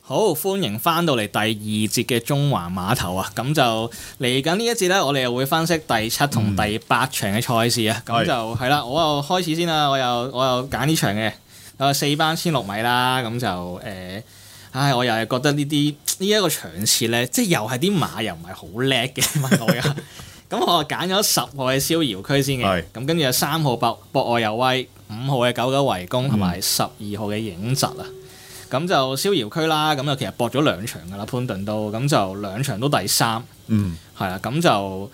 好，歡迎翻到嚟第二節嘅中環碼頭啊！咁就嚟緊呢一節咧，我哋又會分析第七同第八場嘅賽事啊！咁、嗯係就係啦，我又開始先啦，我又我又揀呢場嘅，有四班千六米啦，咁就誒。呃唉，我又係覺得呢啲呢一個場次咧，即係又係啲馬又唔係好叻嘅 問 我又，咁我揀咗十號嘅逍遙區先嘅係，咁跟住有三號博博愛有威，五號嘅九九圍嗯攻同埋十二號嘅影疾啊，咁就逍遙區啦，咁就其實博咗兩場噶啦，潘頓都，咁就兩場都第三，嗯，係啦，咁就。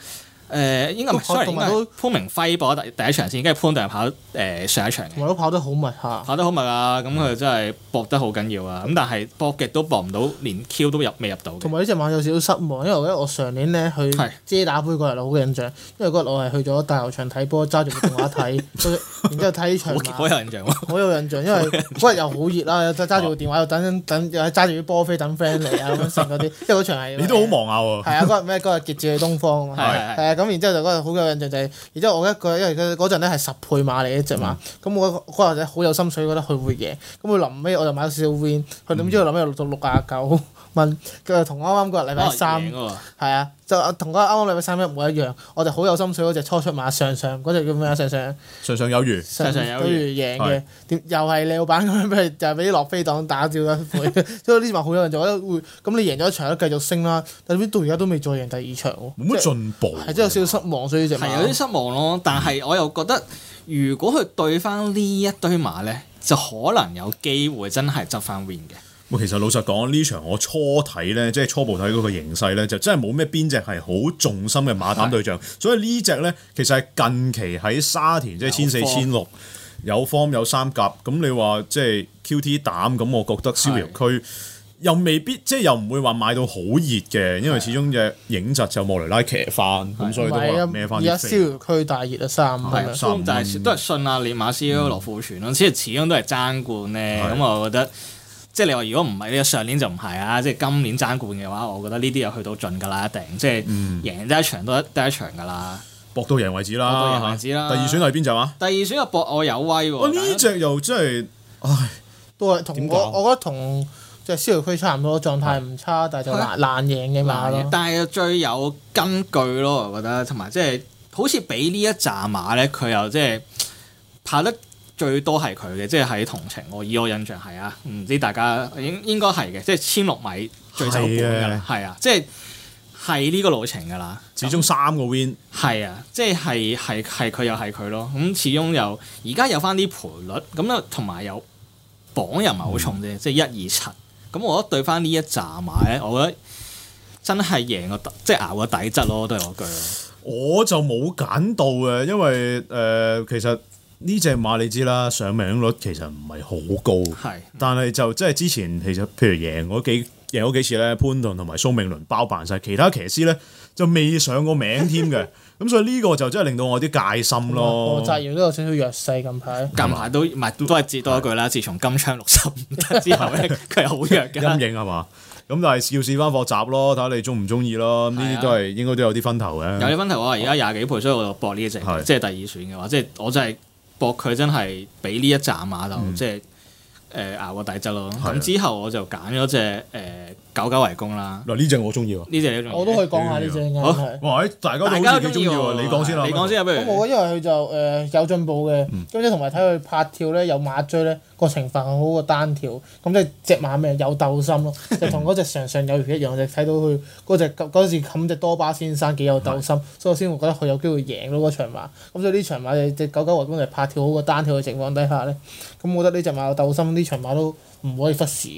誒、應該唔係同，sorry，應埋該係都潘明輝博咗第第一場先，跟住潘頓跑誒、呃上一場嘅。同埋都跑得好密下，跑得好密啊！咁嗯佢真係搏得好緊要啊！咁但係搏極都搏唔到，連 Q 都入未入到嘅。同埋呢只馬有少少失望，因為我覺得我上年咧去係遮打杯嗰日我好印象，因為嗰日我係去咗大球場睇波，揸住部電話睇，所以然之後睇呢場好好馬。有印象喎。好有印象，因為嗰日又好熱啦，又揸住部電話又等等，又揸住啲波飛等 friend 嚟啊咁樣剩嗰啲，因為嗰場係你都好忙啊喎。係啊，嗰日咩？嗰日傑志去東方啊嘛，係係係係啊，咁然之後就嗰日好有印象就係，然之後我一個因為佢嗰陣咧係十倍馬嚟嘅一隻嗯馬，咁我嗰日咧好有心水，覺得佢會贏，咁佢臨尾我就買咗少少 win，佢嗯點知佢臨尾又落到六廿九蚊，佢就同啱啱嗰日禮拜哦贏三嘅喎係啊，就同嗰日啱啱禮拜三一模一樣，我就好有心水嗰只初出馬上上嗰只叫咩啊上上。上上有餘，上上有都要贏嘅，點又係你老闆咁樣俾佢就係俾啲落飛黨打掉一倍，所以呢場好有人就覺得會咁你贏咗一場都繼續升啦，但係到而家都未再贏第二場喎，冇乜即係進步。係真係有少少失望，所以呢只係有啲馬嗯失望咯。但係我又覺得，如果佢對翻呢一堆馬咧，就可能有機會真係執翻 win 嘅。喂，其實老實講，呢場我初睇咧，即係初步睇嗰個形勢咧，就真係冇咩邊只係好重心嘅馬膽對象，所以呢只咧其實係近期喺沙田即係千四有 form 千六有 form 有三甲，咁你話即係 QT 膽咁，我覺得逍遙區。又未必即係又唔會話買到好熱嘅，因為始終隻影集就莫雷拉騎翻，咁所以唔都可能係孭啊，翻而家啲逍飛。遙區大熱啊三五係咁啊，嗯樣，三五就係都係信啊，列馬斯羅富全咯，即係始終都係爭冠咧。係咁我覺得，即係你話如果唔係呢個上年就唔係啊，即係今年爭冠嘅話，我覺得呢啲又去到盡㗎啦，一定即係贏得一場都得一場㗎啦。搏到贏為止搏到啦，贏為止啦第二選係邊只啊話？第二選嘅博愛有威喎，哇！哦呢只又真係，唉，都係點同講我我覺得同即係逍遙區差唔多，狀態唔差，但係就係難難贏嘅馬難嘅咯，。但係最有根據咯，我覺得，同埋即係好似俾呢一扎馬咧，佢又即係跑得最多係佢嘅，即係喺同程。我以我印象係啊，唔知大家應應該係嘅，即係千六米最走本㗎啦，係啊，即係係呢個路程㗎啦。始終三個 win，係啊，即係係係佢又係佢咯。咁始終又而家有翻啲賠率，咁啊同埋有榜又唔係好重啫，即係一二七。咁我覺得對翻呢一扎馬咧，我覺得真係贏個底即係熬個底質咯，都係嗰句咯。我就冇揀到嘅，因為誒、呃其實呢只馬你知啦，上名率其實唔係好高，係但係就即係之前其實譬如贏嗰幾贏嗰幾次咧，潘頓同埋蘇銘倫包辦晒，其他騎師咧就未上過名添嘅，咁所以呢個就真係令到我有啲戒心咯我。澤堯都有少少弱勢近排。近排都唔係都係至多一句啦。自從金槍六十五得之後 咧，佢係好弱㗎。陰影係嘛？咁但係要試翻課習咯，睇下你中唔中意咯。呢係啊啲都係應該都有啲分頭有嘅。啲分題我話而家廿幾倍，所以我就搏呢一隻，哦係即係第二選嘅話，即係我真係搏佢真係俾呢一扎馬就即係誒熬個底質咯。嗯係啊咁之後我就揀咗隻誒九九圍攻啦，嗱呢只我中意喎。呢隻你我都可以講下呢好只啱係。哇！大家都大家好都似中幾中意意喎，喎，你講先啦，你講先啊，不咁如我覺得因為佢就誒、呃有進步嘅，咁即係同埋睇佢拍跳咧有馬追咧個懲罰好過單跳，咁即係隻馬咩有鬥心咯，就同嗰只常常有餘一樣，我就睇到佢嗰只嗰時冚只多巴先生幾有鬥心，所以我先會覺得佢有機會贏到嗰場馬。咁所以呢場馬隻狗狗和公就拍跳好過單跳嘅情況底下咧，咁我覺得呢只馬有鬥心，呢場馬都唔可以忽視。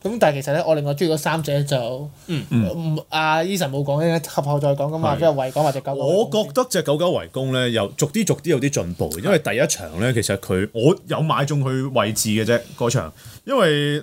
咁但係其實咧，我另外中意嗰三隻就，嗯唔阿 Eason 冇講，應該合後再講咁啊，係即係維講或者狗狗我講先覺得隻九九圍攻咧，又逐啲逐啲有啲進步，因為第一場咧，其實佢我有買中佢位置嘅啫，嗰場，因為誒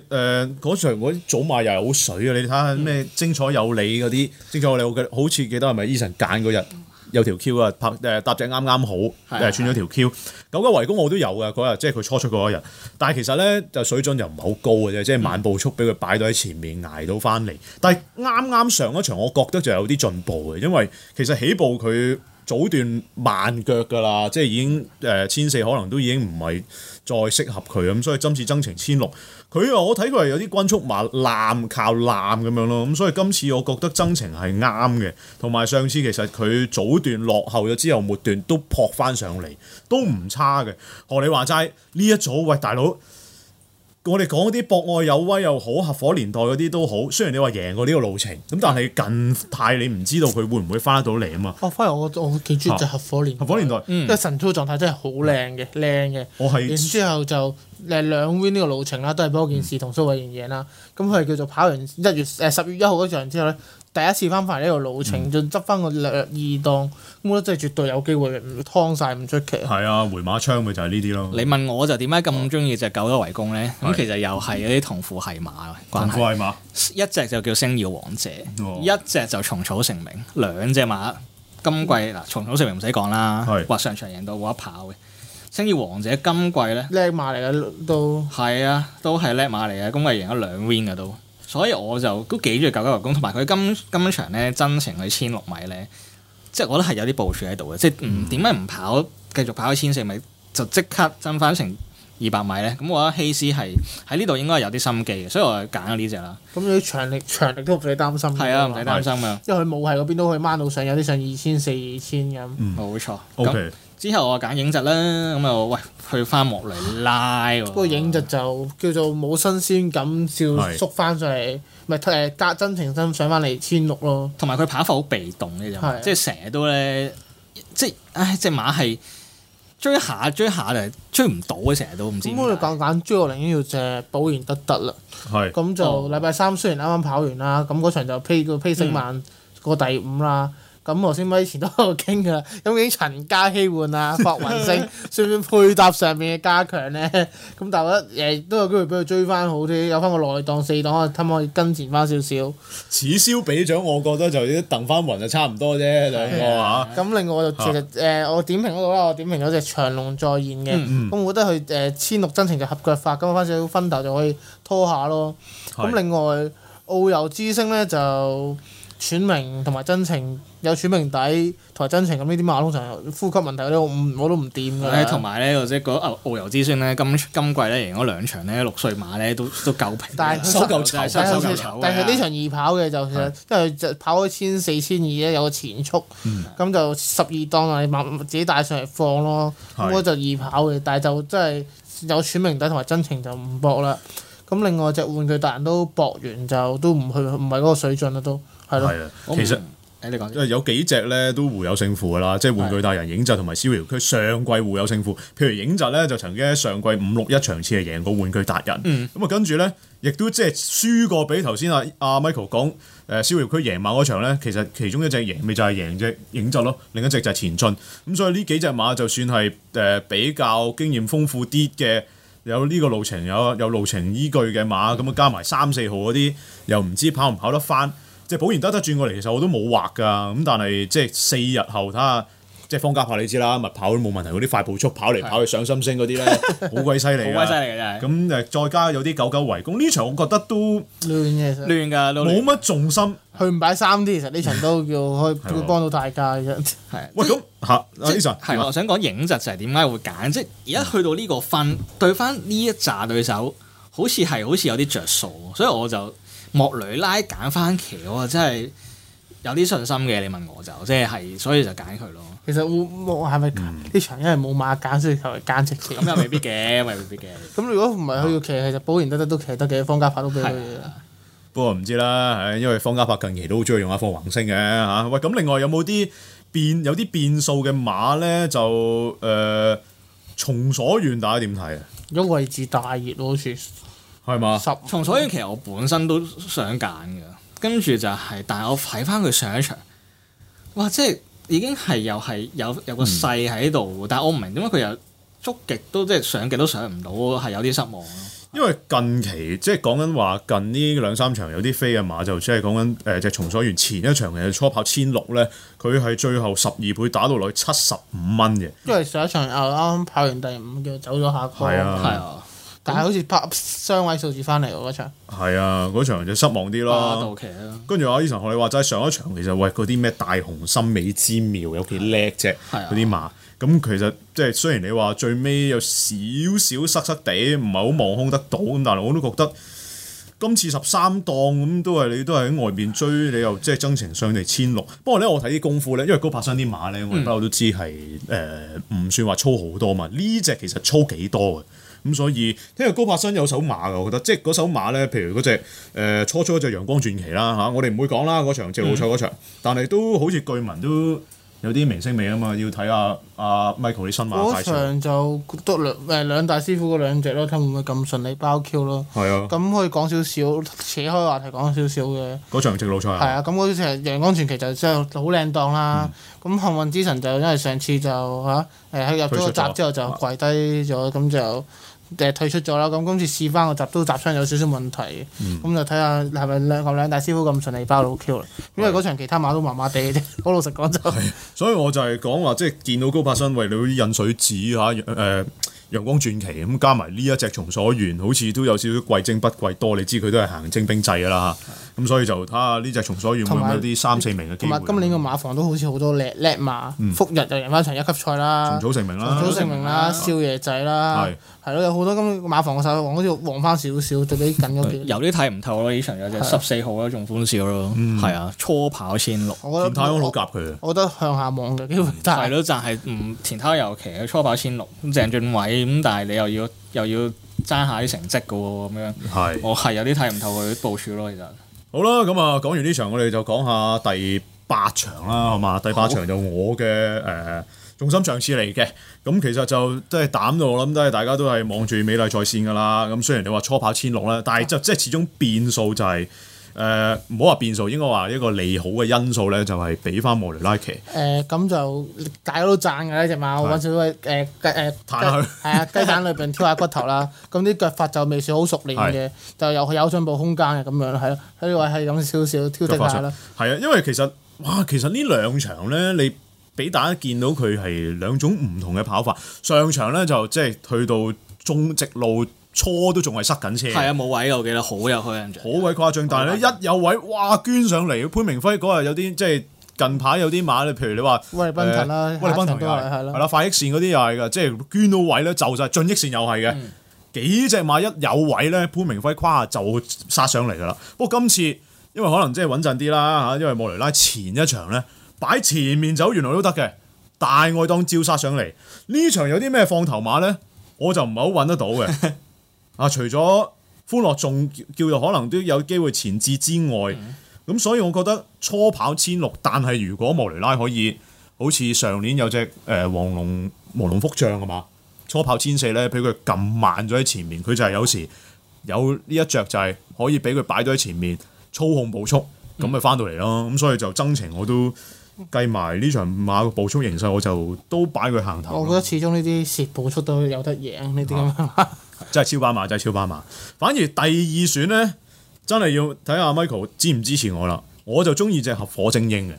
嗰、場嗰啲早買又係好水啊！你睇下咩嗯精彩有理嗰啲，精彩有理我記得好似記得係咪 Eason 揀嗰日有條 Q 啊，拍誒搭隻啱啱好係誒穿咗條 Q，九九圍攻我都有嘅嗰日，即係佢初出嗰一日，但係其實咧就水準又唔係好高嘅啫，即係慢步速俾佢擺到喺前面捱到翻嚟，但係啱啱上一場我覺得就有啲進步嘅，因為其實起步佢早段慢腳㗎啦，即係已經誒千四可能都已經唔係再適合佢咁，所以今次增程千六，佢啊我睇佢係有啲均速馬攬靠攬咁樣咯，咁所以今次我覺得增程係啱嘅，同埋上次其實佢早段落後咗之後，末段都撲翻上嚟，都唔差嘅。學你話齋呢一組，喂大佬。我哋講嗰啲博愛有威又好，合夥年代嗰啲都好。雖然你話贏過呢個路程，咁但係近太你唔知道佢會唔會翻得到嚟啊嘛。哦，反而我我幾中意就合夥年代，合夥年代嗯因為神操狀態真係好靚嘅，靚嘅。我係然之後就誒兩 win 呢個路程啦，都係嗰件事同蘇偉賢贏啦。咁佢係叫做跑完一月誒十月一號嗰場之後咧，第一次翻返嚟呢個路程，就執翻個略二檔，咁我覺得真係絕對有機會嘅唔劏晒唔出奇。係啊，回馬槍咪就係呢啲咯。你問我就點解哦咁中意只狗多圍攻咧？咁其實又係嗰啲同父係馬關同係，係嘛？一隻就叫星耀王者，哦一隻就蟲草成名，兩隻馬今季嗱蟲草成名唔使講啦係，話上場贏到冇得跑嘅。星耀王者今季咧叻馬嚟嘅都係啊，都係叻馬嚟嘅，今季贏咗兩 win 嘅都，所以我就都幾中意九九圍攻，同埋佢今今場咧真情佢千六米咧，即係我覺得係有啲部署喺度嘅，即係嗯唔點解唔跑繼續跑千四米就即刻增翻成二百米咧？咁我覺得希斯係喺呢度應該係有啲心機嘅，所以我就揀咗呢只啦。咁你長力長力都唔使擔心。係啊，唔使擔心啊，因為佢冇係嗰邊都可以掹到上，有啲上二千四、二千咁。冇錯。 O 咁 K，之後我揀影疾啦，咁又喂去翻莫雷拉喎。不過影就就叫做冇新鮮感，係照縮翻上嚟，咪誒加真情心上翻嚟千六咯。同埋佢跑法好被動嘅啫，係即係成日都咧，即係唉，只馬係追下追下就係追唔到嘅，成日都唔知咁點我啊哋解。講揀朱我寧要隻保研得得啦。係咁就哦禮拜三雖然啱啱跑完啦，咁嗰場就 P 個 P 星嗯萬個第五啦。咁頭先咪以前都喺度傾㗎啦， 咁究竟陳家希換啊、霍雲 星算唔算配搭上面嘅加強咧？咁但係我覺得誒都有機會俾佢追翻好啲，有翻個內檔四檔，睇唔可以跟前翻少少。此消彼長，我覺得就啲鄧翻雲就差唔多啫，兩個嚇。咁另外我就其實誒，我點評嗰度啦，我點評咗隻長龍再現嗯嘅，咁我覺得佢誒千六真情就合腳法，咁翻少少分頭就可以拖下咯。咁係另外澳遊之星咧就喘明同埋真情有喘明底同埋真情咁呢啲馬通常呼吸問題咧，我唔我都唔掂㗎啦。唉，同埋咧，或者嗰牛遨遊之星咧，今今季咧贏咗兩場咧，六歲馬咧都都夠平，但係收夠真籌係收但收係夠啊佢籌但係呢嘅場易跑嘅就其實因為就跑開千四千二咧有個前速，咁就十二檔啊，你慢自己帶上嚟放咯，係咁嗰就易跑嘅，但係就真係有選明底同埋真情就唔搏啦。咁另外隻玩具達人都搏完就都唔去唔係嗰個水準啦，都係咯。係啊，我唔其實。誒你講因為有幾隻咧都互有勝負噶啦，即係玩具大人影集同埋逍遙，佢上季互有勝負。譬如影集咧就曾經喺上季五六一場次係贏過玩具達人，咁啊、跟住咧亦都即係輸過俾頭先阿阿 Michael 講誒逍遙區贏馬嗰場咧，其實其中一隻贏咪就係贏隻影集咯，另一隻就係前進。咁所以呢幾隻馬就算係誒、呃比較經驗豐富啲嘅。有呢個路程有有路程依據嘅馬，咁啊加埋三四號嗰啲，又唔知跑唔跑得翻。即係保研得得轉過嚟，其實我都冇畫㗎。咁但係即係四日後睇下，即係方家柏你知啦，密跑都冇問題。嗰啲快步速跑嚟跑去上心星嗰啲咧，好鬼犀利啊好㗎鬼犀利嘅真係，咁誒，再加有啲狗狗圍攻呢場，我覺得都亂嘅其實。亂㗎都冇亂乜重心。佢唔擺衫啲，其實呢場都叫可以係喎幫到大家嘅啫。係。喂，咁嚇阿即 Lisa，係我想講影集就係點解會揀，即係而家去到呢個分對翻呢一紮對手，好似係好似有啲着數，所以我就莫雷拉揀番茄，我真係有啲信心嘅。你問我就即係係，所以就揀佢咯。其實會冇係咪呢場因為冇馬揀，所以求其揀隻騎。咁又未必嘅，咪未必嘅。咁如果唔係佢要騎，其實保研得得都騎得嘅，方家法都俾佢嘅係。啊不過唔知啦，唉，因為方家柏近期都好中意用阿放橫星嘅嚇。喂，咁另外有冇啲變有啲變數嘅馬咧？就誒、呃、從所願，大家點睇啊？如果位置大熱咯，好似十係嘛？從所以其實我本身都想揀嘅，跟住就係、但係我睇翻佢上一場，哇！即係已經係又係有有個勢喺度，但係我唔明點解佢又捉極都即係上極都上唔到，係有啲失望啊咯。因為近期即係講緊話近呢兩三場有啲飛嘅馬就即係講緊誒隻松所園前一場嘅初跑千六咧，佢係最後十二倍打到落去七十五蚊嘅，因為上一場又啱啱跑完第五嘅，走咗下坡。係啊係啊，但係好似拍雙位數字翻嚟喎嗰場，係啊，嗰場就失望啲巴咯道。奇啦，跟住阿 Eason 學你話齋上一場其實喂嗰啲咩大雄心美之妙有幾叻啫，係啊嗰啲馬咁其實即係雖然你話最尾有少少塞塞地，唔係好望空得到咁，但係我都覺得今次十三檔咁都係你都係喺外邊追，你又即係爭情上嚟千六。不過咧，我睇啲功夫咧，因為高柏山啲馬嗯咧，我哋不嬲都知係呃誒唔算話粗好多嘛，呢只其實粗幾多嘅。咁所以，因為高柏生有首馬㗎，我覺得即係嗰首馬咧，譬如嗰只誒初初嗰只陽光傳奇啦嚇、我哋唔會講啦嗰場直路賽嗯嗰場，但係都好似據聞都有啲明星味啊嘛，要睇下阿 Michael 啲新馬嗰快上，場就得兩誒兩大師傅嗰兩隻咯，睇會唔會咁順利包 Q 咯。係啊，咁可以講少少，扯開話題講少少嘅，嗰場直路賽係啊，嗯啊，咁嗰啲成陽光傳奇就真係好靚檔啦。咁幸運之神就因為上次就嚇誒喺入咗個閘之後嗯就啊跪低咗，咁就誒退出咗啦。咁今次試翻個閘都閘窗有少少問題嘅，嗯咁就睇下係咪兩個兩大師傅咁順利包到 Q 啦。因為嗰場其他馬都麻麻地嘅啫，好老實講就。所以我就係講話即係見到高柏生為你啲引水紙嚇誒、陽光傳奇咁加埋呢一隻從所願，好似都有少少貴精不貴多，你知佢都係行精兵制㗎啦嚇，咁所以就睇下呢只從所願會唔會有啲三四名嘅機同會嗯埋，今年個馬房都好似好多叻叻馬，福日又贏翻場一級賽啦，重組成名啦，組成名啦，少爺仔啦係，係咯，有好多今個馬房嘅手王好似旺翻少少，對比緊 嗰幾。有啲睇唔透咯。呢場啊有隻十四號啦，仲歡笑咯，嗯係啊，初跑千六。我田覺太安好得夾佢啊！我覺得向下望嘅機會大係。咯，就係嗯唔田他尤其啊嘅初跑千六，咁鄭俊偉咁，但係你又要又要爭下啲成績嘅喎，咁樣係我係有啲睇唔透佢部署咯，其實。好啦，咁啊講完呢場，我哋就講下第八場啦，好嘛？第八場就我嘅誒、呃重心上次嚟嘅，咁其實就即係膽到我諗都係大家都係望住美麗在線噶啦。咁雖然你話初跑千六啦，但係就即係始終變數就係、誒唔好話變數，應該話一個利好嘅因素咧，就係俾翻莫雷拉奇。誒咁就大家都讚㗎啦只馬，我揾少少誒雞誒彈下雞去係啊 雞蛋裏邊挑下骨頭啦。咁啲腳法就未算好熟練嘅，就有有進步空間嘅咁樣係咯。喺呢位係咁少少挑剔下啦。係啊，因為其實哇，其實呢兩場咧，你俾大家見到佢係兩種唔同嘅跑法。上場咧就即係去到中直路初都仲係塞緊車，係啊，冇啊位我記得好有佢印象。好鬼啊誇張。但係咧一有位，哇捐上嚟，潘明輝嗰日有啲即係。近排有啲馬咧，譬如你話威利賓騰誒啦威利賓騰下一場都又係係係啦係啦，快益線嗰啲又係㗎，即係捐到位咧就晒，進益線又係嘅，幾隻馬一有位咧，潘明輝跨下就殺上嚟㗎啦。不過今次因為可能即係穩陣啲啦嚇，因為莫雷拉前一場咧擺前面走原來都得嘅，大外檔照殺上嚟。呢場有啲咩放頭馬咧，我就唔係好揾得到 嘅。啊，除咗歡樂仲叫做可能都有機會前置之外，咁、所以我覺得初跑千六，但係如果莫雷拉可以好似上年有隻誒、呃、黃龍黃龍福將啊嘛，初跑千四咧，俾佢撳慢咗喺前面，佢就係有時有呢一着就係可以俾佢擺咗喺前面操控步速，咁咪翻到嚟咯。咁、所以就增程我都計埋呢場馬嘅步速形勢，我就都擺佢行頭咯。我覺得始終呢啲蝕步速都有得贏呢啲咁啊樣。真係超班馬，真係超班馬。反而第二選呢，真係要睇下 Michael 支唔支持我啦。我就中意隻合火精英嘅，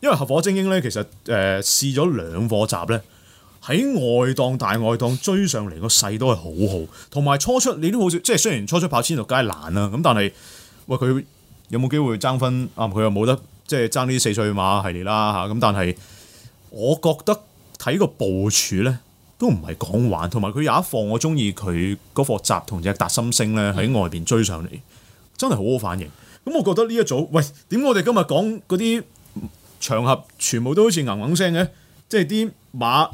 因為合火精英呢，其實誒、呃、試咗兩課集呢，喺外檔大外檔追上嚟個勢都係好好，同埋初出你都好少，即係雖然初出跑千六梗係難啦，咁但係喂佢有冇機會爭分啊？佢又冇得即係爭呢四歲馬系列啦嚇，咁但係我覺得睇個部署呢。都唔係講玩，同埋佢有一課我中意佢嗰課集同隻達心星咧喺外邊追上嚟，真係好好反應。咁我覺得呢一組，喂，點解我哋今日講嗰啲場合全部都好似硬硬聲嘅，即係啲馬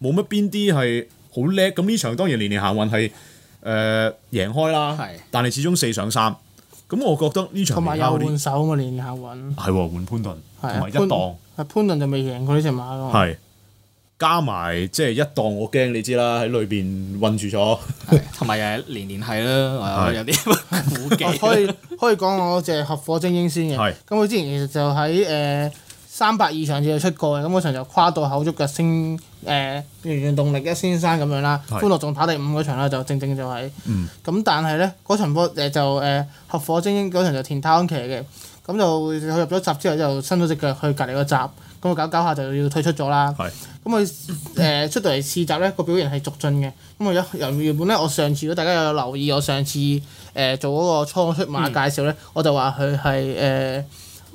冇乜邊啲係好叻。咁呢場當然年年行運係誒、呃、贏開啦係，但係始終四上三。咁我覺得呢場同贏埋有開嗰啲換手啊嘛，連下揾。係喎換潘頓同係啊埋一潘檔。阿潘頓就未贏過呢只馬噶嘛，係哦加埋即係一檔，我驚你知啦，喺裏邊韞住咗。係同埋又係年年係啦，係有啲估 我啊可計。以 可以講我隻合夥精英先嘅。係咁佢之前其實就喺誒三百二場就出過嘅，咁嗰場就跨到口足嘅升誒源源動力一先生咁樣啦，係嗯歡樂仲跑第五嗰場啦，就正正就呃係、咁、但係咧嗰場波誒就誒合夥精英嗰場就田泰安騎嘅，咁就佢入咗閘之後就伸咗只腳去隔離個閘，咁啊佢搞搞下就要退出咗啦。係咁佢誒出到嚟試集咧，個表現係逐進嘅。咁佢由由原本咧，我上次如果大家有留意，我上次誒、呃做嗰個初出馬介紹咧，我就話佢係誒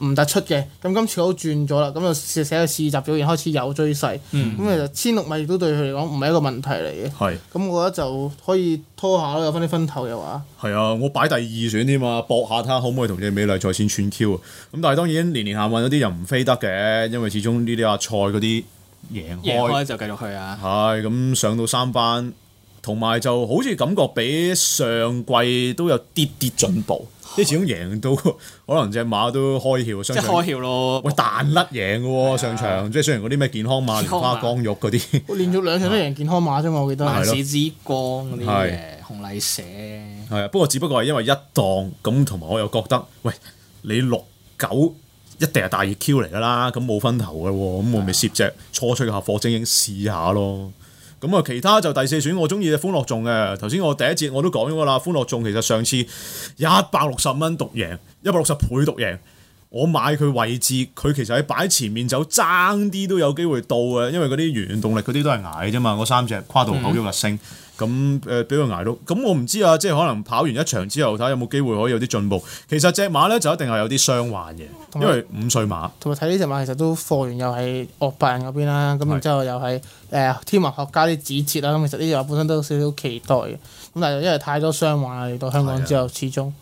唔突出嘅。咁今次好轉咗啦，咁就寫寫佢試集表現開始有追勢。咁、其實千六米都對佢嚟講唔係一個問題嚟嘅。係咁我覺得就可以拖下咯，有翻啲分頭嘅話。係啊，我擺第二選添啊，搏下睇下可唔可以同只美麗在線串 Q 啊。咁但係當然年年夏運嗰啲又唔飛得嘅，因為始終呢啲阿賽嗰啲贏贏開開就繼續去啊。係咁上到三班，同埋就好似感覺比上季都有啲啲進步，即係始終贏到 可能只馬都開竅，即相係場開竅咯，喂彈甩贏嘅喎上場，即係雖然嗰啲咩健康馬、蓮花光玉嗰啲。我連續兩場都贏健康馬啫嘛，我記得。萬係咯事之光嗰啲係嘢，紅麗舍，係啊，不過只不過係因為一檔咁，同埋我又覺得，喂，你六九一定係大熱 Q 嚟㗎啦，咁冇分頭嘅喎，咁我咪攝只初出嘅合夥精英試下咯。咁啊，其他就第四選我中意嘅歡樂啊眾嘅。頭先我第一節我都講咗啦，歡樂眾其實上次一百六十蚊獨贏，一百六十倍獨贏。我買佢位置，佢其實喺擺前面走，爭啲都有機會到嘅，因為嗰啲源源動力嗰啲都係捱嘅啫嘛。嗰三隻跨度口喐日升，咁誒俾佢捱到。咁我唔知啊，即係可能跑完一場之後，睇下有冇機會可以有啲進步。其實只馬咧就一定係有啲傷患嘅，同埋因為五歲馬同埋睇呢只馬其實都貨源又係惡霸人嗰邊啦，咁然之後又係誒、呃天文學家啲指節啦，咁其實呢只馬本身都有少少期待嘅，咁但係因為太多傷患啦啊嚟到香港之啊後，始終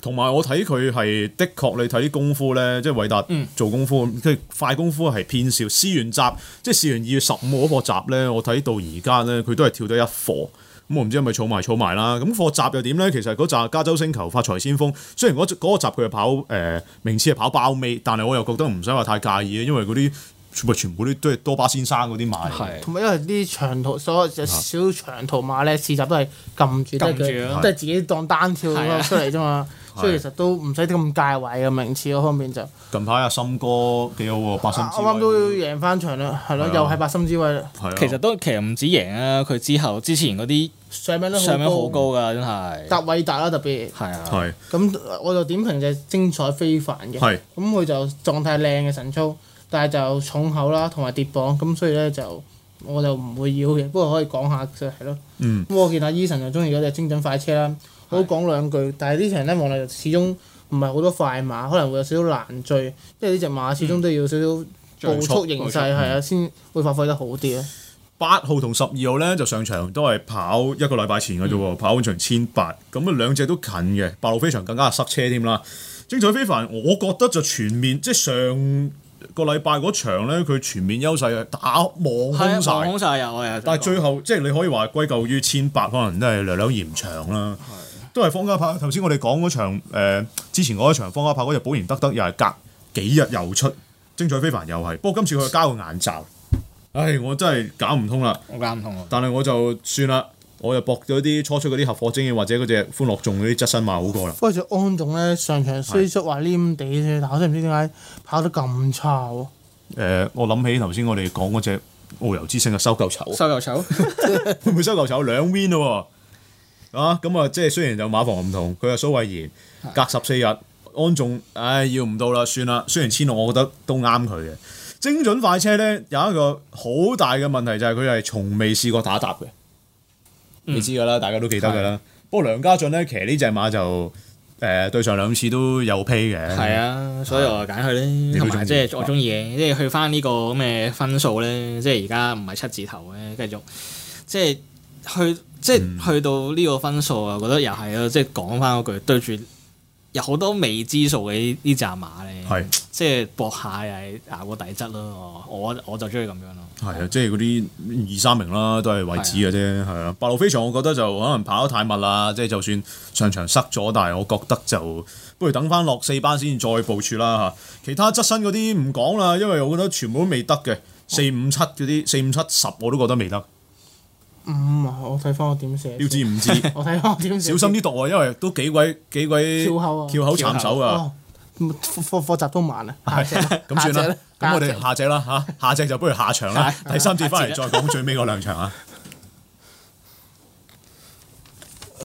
同埋我睇佢係的確，你睇啲功夫咧，即係偉達嗯做功夫，即係快功夫係偏少。試完集，即係試完二月十五嗰課集咧，我睇到而家咧，佢都係跳得一課。咁我唔知係咪儲埋儲埋啦。咁課集又點咧？其實嗰集加州星球發財先鋒，雖然嗰嗰個集佢係跑誒、呃名次係跑包尾，但係我又覺得唔使話太介意嘅，因為嗰啲全部全部都係多巴先生嗰啲馬嚟嘅。係同埋因為呢啲長途所有有少少長途馬咧，試集都係撳住得啊撳住嘅，咯都係自己當單跳咁係啊樣出嚟啫嘛，所以其實都唔使咁介懷嘅啊名次嗰方面就啱近排阿森哥幾好喎，八心之啊啱都位贏翻場啦，係咯係啊，又係八心之位啦，係啊其實都其實唔止贏啊，佢之後之前嗰啲上名都上名好好高，高㗎，真係。達偉達啦特別。係啊，係咁呃我就點評就係精彩非凡嘅，係咁佢就狀態靚嘅神操，但係就重口啦，同埋跌磅，咁所以咧就我就唔會要嘅，不過可以講下就係咯。嗯。咁我見阿 Eason 就中意嗰只精準快車啦，我都講兩句，但係呢場咧望落就始終唔係好多快馬，可能會有少少難追，因為呢只馬始終都要少少嗯步速形勢係啊，先會發揮得好啲啊咯。八號同十二號咧就上場都係跑一個禮拜前嘅啫喎，嗯跑完場千八，咁啊兩隻都近嘅，白路飛翔更加係塞車添啦。精彩非凡，我覺得就全面即係上個禮拜嗰場咧，佢全面優勢係打望空係啊，晒。空晒啊！我又想但係講最後即係你可以話歸咎於千八，可能都係略略延長啦。都係方家柏頭先我哋講嗰場、呃、之前嗰一場方家柏嗰隻保研得得又係隔幾日又出，精彩非凡又係。不過今次佢交個眼罩，唉，我真係搞唔通啦。我搞唔通啊！但係我就算啦，我就搏咗啲初出嗰啲合夥精英或者嗰只歡樂眾嗰啲側身馬好過啦。不過就安總咧上場雖則話黏地啫，但我真係唔知點解跑得咁差喎。誒、我諗起頭先我哋講嗰只遨遊之星嘅收購籌，收又醜，會唔會收購籌兩 win 咯喎？啊，咁啊，即係雖然就馬房唔同，佢係蘇慧賢，隔十四日安仲，唉，要唔到啦，算啦。雖然千六，我覺得都啱佢嘅。精準快車咧有一個好大嘅問題就係佢係從未試過打搭嘅，嗯你知㗎啦，大家都記得㗎啦。不過梁家俊咧騎呢只馬就誒、對上兩次都有批嘅，係啊，所以我就揀佢咧，都同中意埋即係我中意嘅，即係去翻呢個咁嘅分數咧，即係而家唔係七字頭嘅，繼續即係去即嗯係去到呢個分數啊，我覺得又係咯，即係講翻嗰句對住有好多未知數嘅呢呢扎馬咧，係即係搏下又係咬個底質咯，我我我就中意咁樣咯，係啊，即係嗰啲二三名啦，都係位置嘅啫，係啊。白路飛翔，我覺得就可能跑得太密啦，即係就算上場塞咗，但係我覺得就不如等翻落四班先再部署啦嚇。其他側身嗰啲唔講啦，因為我覺得全部都未得嘅，四五七嗰啲，四五七十我都覺得未得，五啊！我睇翻我點寫先。標誌唔知， 我睇翻我點寫小先。心啲讀喎，因為都幾鬼幾鬼翹口啊翹口慘手啊。哦，課課集都慢啊。下隻啦咁算啦，咁我下隻哋啦下隻啦嚇，下隻就不如下場啦，第三節翻嚟再講最尾嗰兩場啊。